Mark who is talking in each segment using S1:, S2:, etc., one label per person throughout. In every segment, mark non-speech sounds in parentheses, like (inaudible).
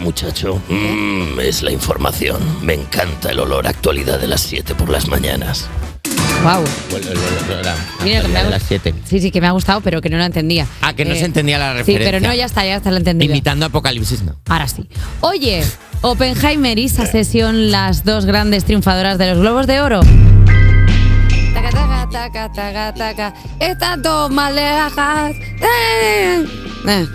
S1: muchacho. Mm, es la información. Me encanta el olor a actualidad de las 7 por las mañanas.
S2: Wow. Mira,
S3: Mira,
S2: que me
S3: a
S2: hago-
S3: las 7.
S2: Sí, sí, que me ha gustado, pero que no lo entendía.
S3: Ah, que no
S2: Eh,
S3: se entendía la
S2: Sí,
S3: referencia.
S2: pero no, ya está, ya está, lo he entendido.
S3: Imitando Apocalipsis, no.
S2: Ahora sí. Oye, Oppenheimer y Succession, las dos grandes triunfadoras de los Globos de Oro. Taca, taca, taca, taca, taca. Estas dos malejas. Eh. (laughs) Eh.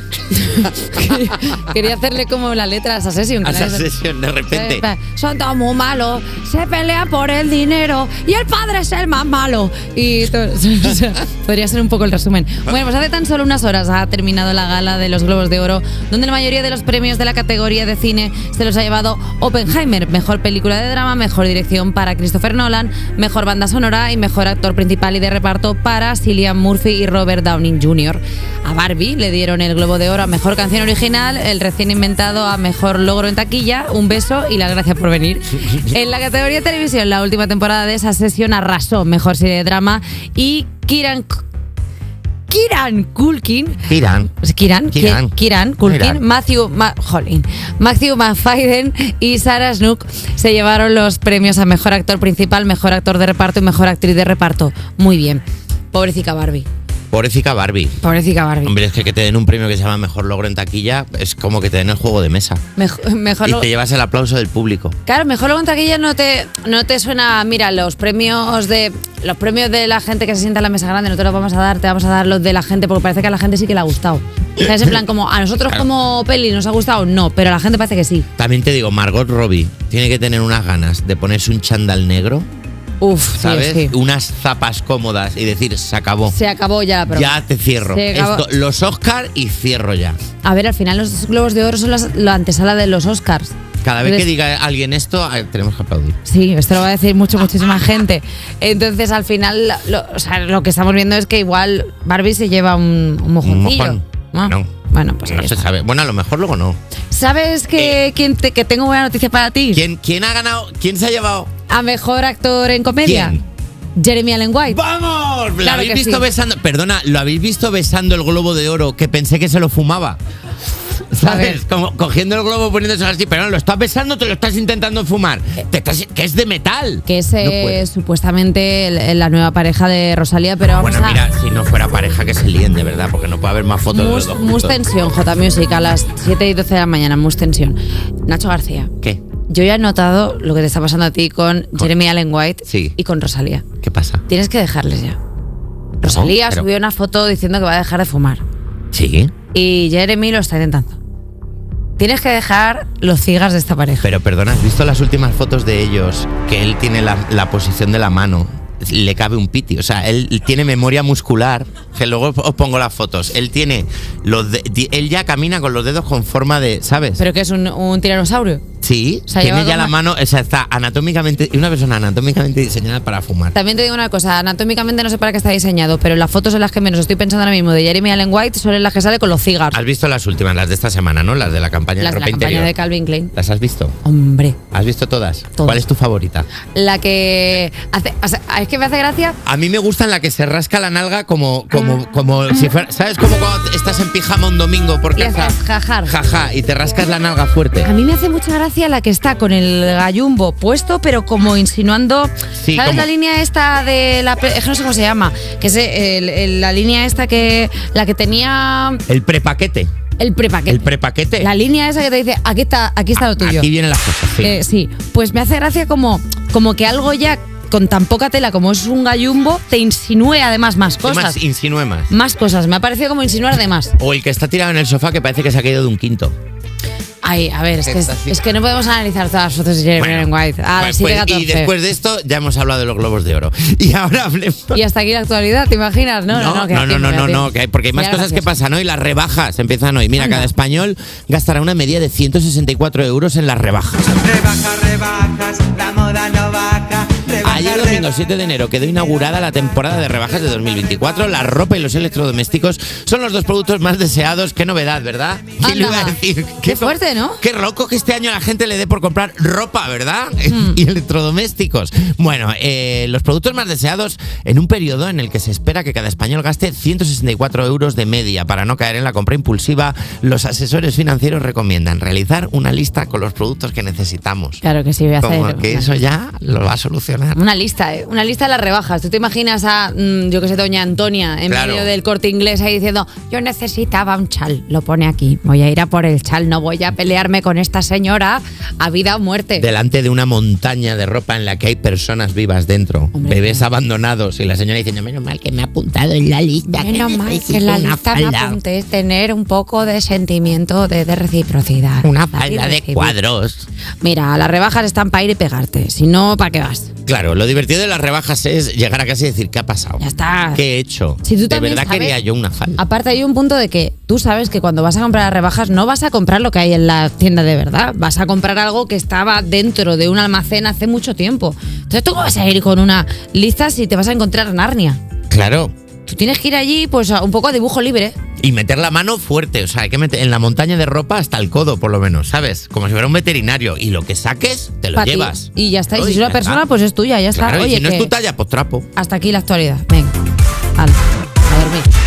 S2: Quería- Quería hacerle como la letra a Succession.
S3: A
S2: que
S3: esa
S2: nadie se-
S3: sesión, de repente.
S2: son todos muy malos, se pelea por el dinero y el padre es el más malo. Y to- (laughs) o sea, podría ser un poco el resumen. Bueno, pues hace tan solo unas horas ha terminado la gala de los Globos de Oro, donde la mayoría de los premios de la categoría de cine se los ha llevado Oppenheimer, mejor película de drama, mejor dirección para Christopher Nolan, mejor banda sonora y mejor actor principal y de reparto para Cillian Murphy y Robert Downing Jr. A Barbie le dieron el Globo de Oro a Mejor Canción Original, el recién inventado a Mejor Logro en Taquilla, un beso y las gracias por venir. En la categoría de televisión, la última temporada de esa sesión arrasó Mejor Serie de Drama y Kiran... Kiran Kulkin
S3: Tiran.
S2: pues Kiran, Ki- Kiran,
S3: Kiran.
S2: Culkin,
S3: Kiran.
S2: Matthew, Ma- jolín, Matthew McFadden y Sarah Snook se llevaron los premios a mejor actor principal, mejor actor de reparto y mejor actriz de reparto. Muy bien. Pobrecita Barbie.
S3: Pobrecita Barbie.
S2: Pobrecita Barbie.
S3: Hombre, es que que te den un premio que se llama Mejor Logro en Taquilla es como que te den el juego de mesa.
S2: Mejor, mejor
S3: Y
S2: lo-
S3: te llevas el aplauso del público.
S2: Claro, mejor luego en taquilla no te, no te suena, mira, los premios de los premios de la gente que se sienta en la mesa grande no te los vamos a dar, te vamos a dar los de la gente, porque parece que a la gente sí que le ha gustado. ¿Sabes? En plan, como a nosotros
S3: Claro.
S2: como peli nos ha gustado, no, pero a la gente parece que sí.
S3: También te digo, Margot Robbie tiene que tener unas ganas de ponerse un chandal negro,
S2: Uf, sí,
S3: ¿sabes?
S2: sí.
S3: Unas zapas cómodas y decir, se acabó.
S2: Se acabó ya la prueba.
S3: ya te cierro.
S2: Se acabó.
S3: Esto- los Oscar y cierro ya.
S2: A ver, al final los Globos de Oro son las- la antesala de los Oscars.
S3: Cada vez que
S2: Entonces,
S3: diga alguien esto, ah, tenemos que aplaudir.
S2: Sí, esto lo va a decir mucho, muchísima gente. Entonces, al final, lo, o sea, lo que estamos viendo es que igual Barbie se lleva un, un mojoncillo.
S3: mojón.
S2: ¿no?
S3: No.
S2: Bueno, pues
S3: no
S2: ahí
S3: se
S2: está.
S3: sabe. Bueno, a lo mejor luego no.
S2: ¿Sabes que, quién te- que tengo buena noticia para ti?
S3: ¿Quién, quién ha ganado? ¿Quién se ha llevado?
S2: A mejor actor en comedia. Jeremy Allen White.
S3: ¡Vamos! ¿Lo
S2: Claro
S3: habéis
S2: que
S3: visto
S2: sí.
S3: besando? Perdona, ¿lo habéis visto besando el globo de oro que pensé que se lo fumaba?
S2: A
S3: ¿Sabes?
S2: ver.
S3: Como cogiendo el globo poniéndose así, pero no, lo estás besando, te lo estás intentando fumar. Te estás- que es de metal.
S2: Que es
S3: No
S2: eh,
S3: puedes.
S2: supuestamente el- la nueva pareja de Rosalía, pero vamos
S3: Ah, bueno,
S2: a.
S3: mira, si no fuera pareja que se líen, de verdad, porque no puede haber más fotos de los
S2: Mus,
S3: dos.
S2: Mus
S3: juntos.
S2: Tensión, J Music, a las 7 y 12 de la mañana, Mus Tensión. Nacho García,
S3: ¿Qué?
S2: yo ya he notado lo que te está pasando a ti con Jeremy Allen White
S3: Sí.
S2: y con Rosalía.
S3: ¿Qué pasa?
S2: Tienes que dejarles ya. Rosalía
S3: pero-
S2: subió una foto diciendo que va a dejar de fumar.
S3: Sí,
S2: Y Jeremy lo está intentando. Tienes que dejar los cigas de esta pareja.
S3: pero perdona, ¿has visto las últimas fotos de ellos? Que él tiene la, la posición de la mano. Le cabe un piti. O sea, él tiene memoria muscular. Que luego os pongo las fotos. Él tiene. Los de- di- él ya camina con los dedos con forma de. ¿Sabes?
S2: Pero que es un, un tiranosaurio.
S3: sí.
S2: o sea,
S3: tiene
S2: lleva
S3: ya la
S2: como-
S3: mano. O sea, está anatómicamente. Una persona anatómicamente diseñada para fumar.
S2: También te digo una cosa, anatómicamente no sé para qué está diseñado, pero las fotos en las que menos estoy pensando ahora mismo de Jeremy Allen White son en las que sale con los cigarros.
S3: Has visto las últimas, las de esta semana, ¿no? Las de la campaña
S2: Las
S3: de
S2: de la
S3: ropa
S2: campaña
S3: interior.
S2: de Calvin Klein.
S3: ¿Las has visto?
S2: Hombre,
S3: ¿Has visto todas?
S2: Todas.
S3: ¿Cuál es tu favorita?
S2: la que hace, o sea, es que me hace gracia.
S3: A mí me gustan la que se rasca la nalga como,
S2: Ah.
S3: como, como si fuera. ¿Sabes cómo cuando estás en pijama un domingo por
S2: Y
S3: casa?
S2: haces jajar.
S3: Jaja, y te rascas la nalga fuerte.
S2: A mí me hace mucha gracia la que está con el gallumbo puesto, pero como insinuando.
S3: Sí,
S2: ¿Sabes
S3: como-
S2: la línea esta de la. pe- es que no sé cómo se llama. Que es eh, el- el- la línea esta que. La que tenía
S3: El prepaquete.
S2: el prepaquete.
S3: El prepaquete.
S2: la línea esa que te dice, aquí está, aquí está lo tuyo.
S3: Aquí vienen las cosas, sí.
S2: Eh, sí, pues me hace gracia como, como que algo ya con tan poca tela como es un gallumbo te insinúe además más
S3: ¿Qué
S2: cosas.
S3: más insinúe más?
S2: Más cosas, me ha parecido como insinuar de más.
S3: O el que está tirado en el sofá que parece que se ha caído de un quinto.
S2: Ay, a ver, es que,
S3: Está así.
S2: es que no podemos analizar todas las fotos de Jeremy
S3: Bueno,
S2: Allen White. Ah, A las
S3: pues, pues,
S2: 7:14.
S3: y después de esto ya hemos hablado de los globos de oro. Y ahora hablemos.
S2: Y hasta aquí la actualidad, ¿te imaginas? No, no, no, que
S3: no, no,
S2: gracias,
S3: no, no,
S2: gracias.
S3: no, que hay- porque hay más
S2: Ya,
S3: cosas que
S2: gracias.
S3: pasan hoy. Las rebajas empiezan hoy. Mira,
S2: Anda.
S3: cada español gastará una media de 164 euros en las rebajas.
S4: Rebaja, rebajas, la moda no baja.
S3: Ayer domingo 7 de enero quedó inaugurada la temporada de rebajas de 2024. La ropa y los electrodomésticos son los dos productos más deseados. Qué novedad, ¿verdad? Y
S2: Anda.
S3: le iba a decir,
S2: Qué
S3: lo-
S2: fuerte, ¿no?
S3: Qué loco que este año la gente le dé por comprar ropa, ¿verdad?
S2: Mm.
S3: (laughs) y electrodomésticos. Bueno, eh, los productos más deseados en un periodo en el que se espera que cada español gaste 164 euros de media para no caer en la compra impulsiva, los asesores financieros recomiendan realizar una lista con los productos que necesitamos.
S2: Claro que sí, voy a hacer.
S3: Como que
S2: una-
S3: eso ya lo va a solucionar.
S2: Una lista, ¿eh? Una lista de las rebajas. ¿Tú te imaginas a, mm, yo que sé, doña Antonia en
S3: Claro.
S2: medio del corte inglés ahí diciendo, yo necesitaba un chal, lo pone aquí, voy a ir a por el chal, no voy a pelearme con esta señora a vida o muerte.
S3: delante de una montaña de ropa en la que hay personas vivas dentro,
S2: Hombre,
S3: bebés abandonados y la señora diciendo, menos mal que me ha apuntado en la lista.
S2: Menos
S3: me
S2: mal que
S3: necesito
S2: en la
S3: una
S2: lista me
S3: falda,
S2: apunté es tener un poco de sentimiento de, de reciprocidad.
S3: Una
S2: Dar y
S3: falda de
S2: recibir.
S3: cuadros.
S2: Mira, las rebajas están para ir y pegarte, si no, ¿para qué vas?
S3: Claro, lo divertido de las rebajas es llegar a casa y decir, ¿qué ha pasado?
S2: Ya está.
S3: ¿Qué he hecho?
S2: Si tú
S3: de
S2: también
S3: verdad
S2: sabes-
S3: quería yo una falda.
S2: Aparte hay un punto de que tú sabes que cuando vas a comprar las rebajas no vas a comprar lo que hay en la tienda de verdad, vas a comprar algo que estaba dentro de un almacén hace mucho tiempo. Entonces tú cómo vas a ir con una lista si te vas a encontrar Narnia.
S3: Claro.
S2: Tú tienes que ir allí pues a un poco a dibujo libre.
S3: Y meter la mano fuerte, o sea, hay que meter en la montaña de ropa hasta el codo, por lo menos, ¿sabes? Como si fuera un veterinario. Y lo que saques, te lo
S2: pa' ti.
S3: llevas.
S2: Y ya está. Y
S3: Uy,
S2: si es una
S3: ya
S2: persona
S3: está.
S2: pues es tuya, ya está.
S3: Claro, y
S2: Oye,
S3: si no
S2: que
S3: es tu talla, pues trapo.
S2: hasta aquí la actualidad. Venga. Hala, a dormir.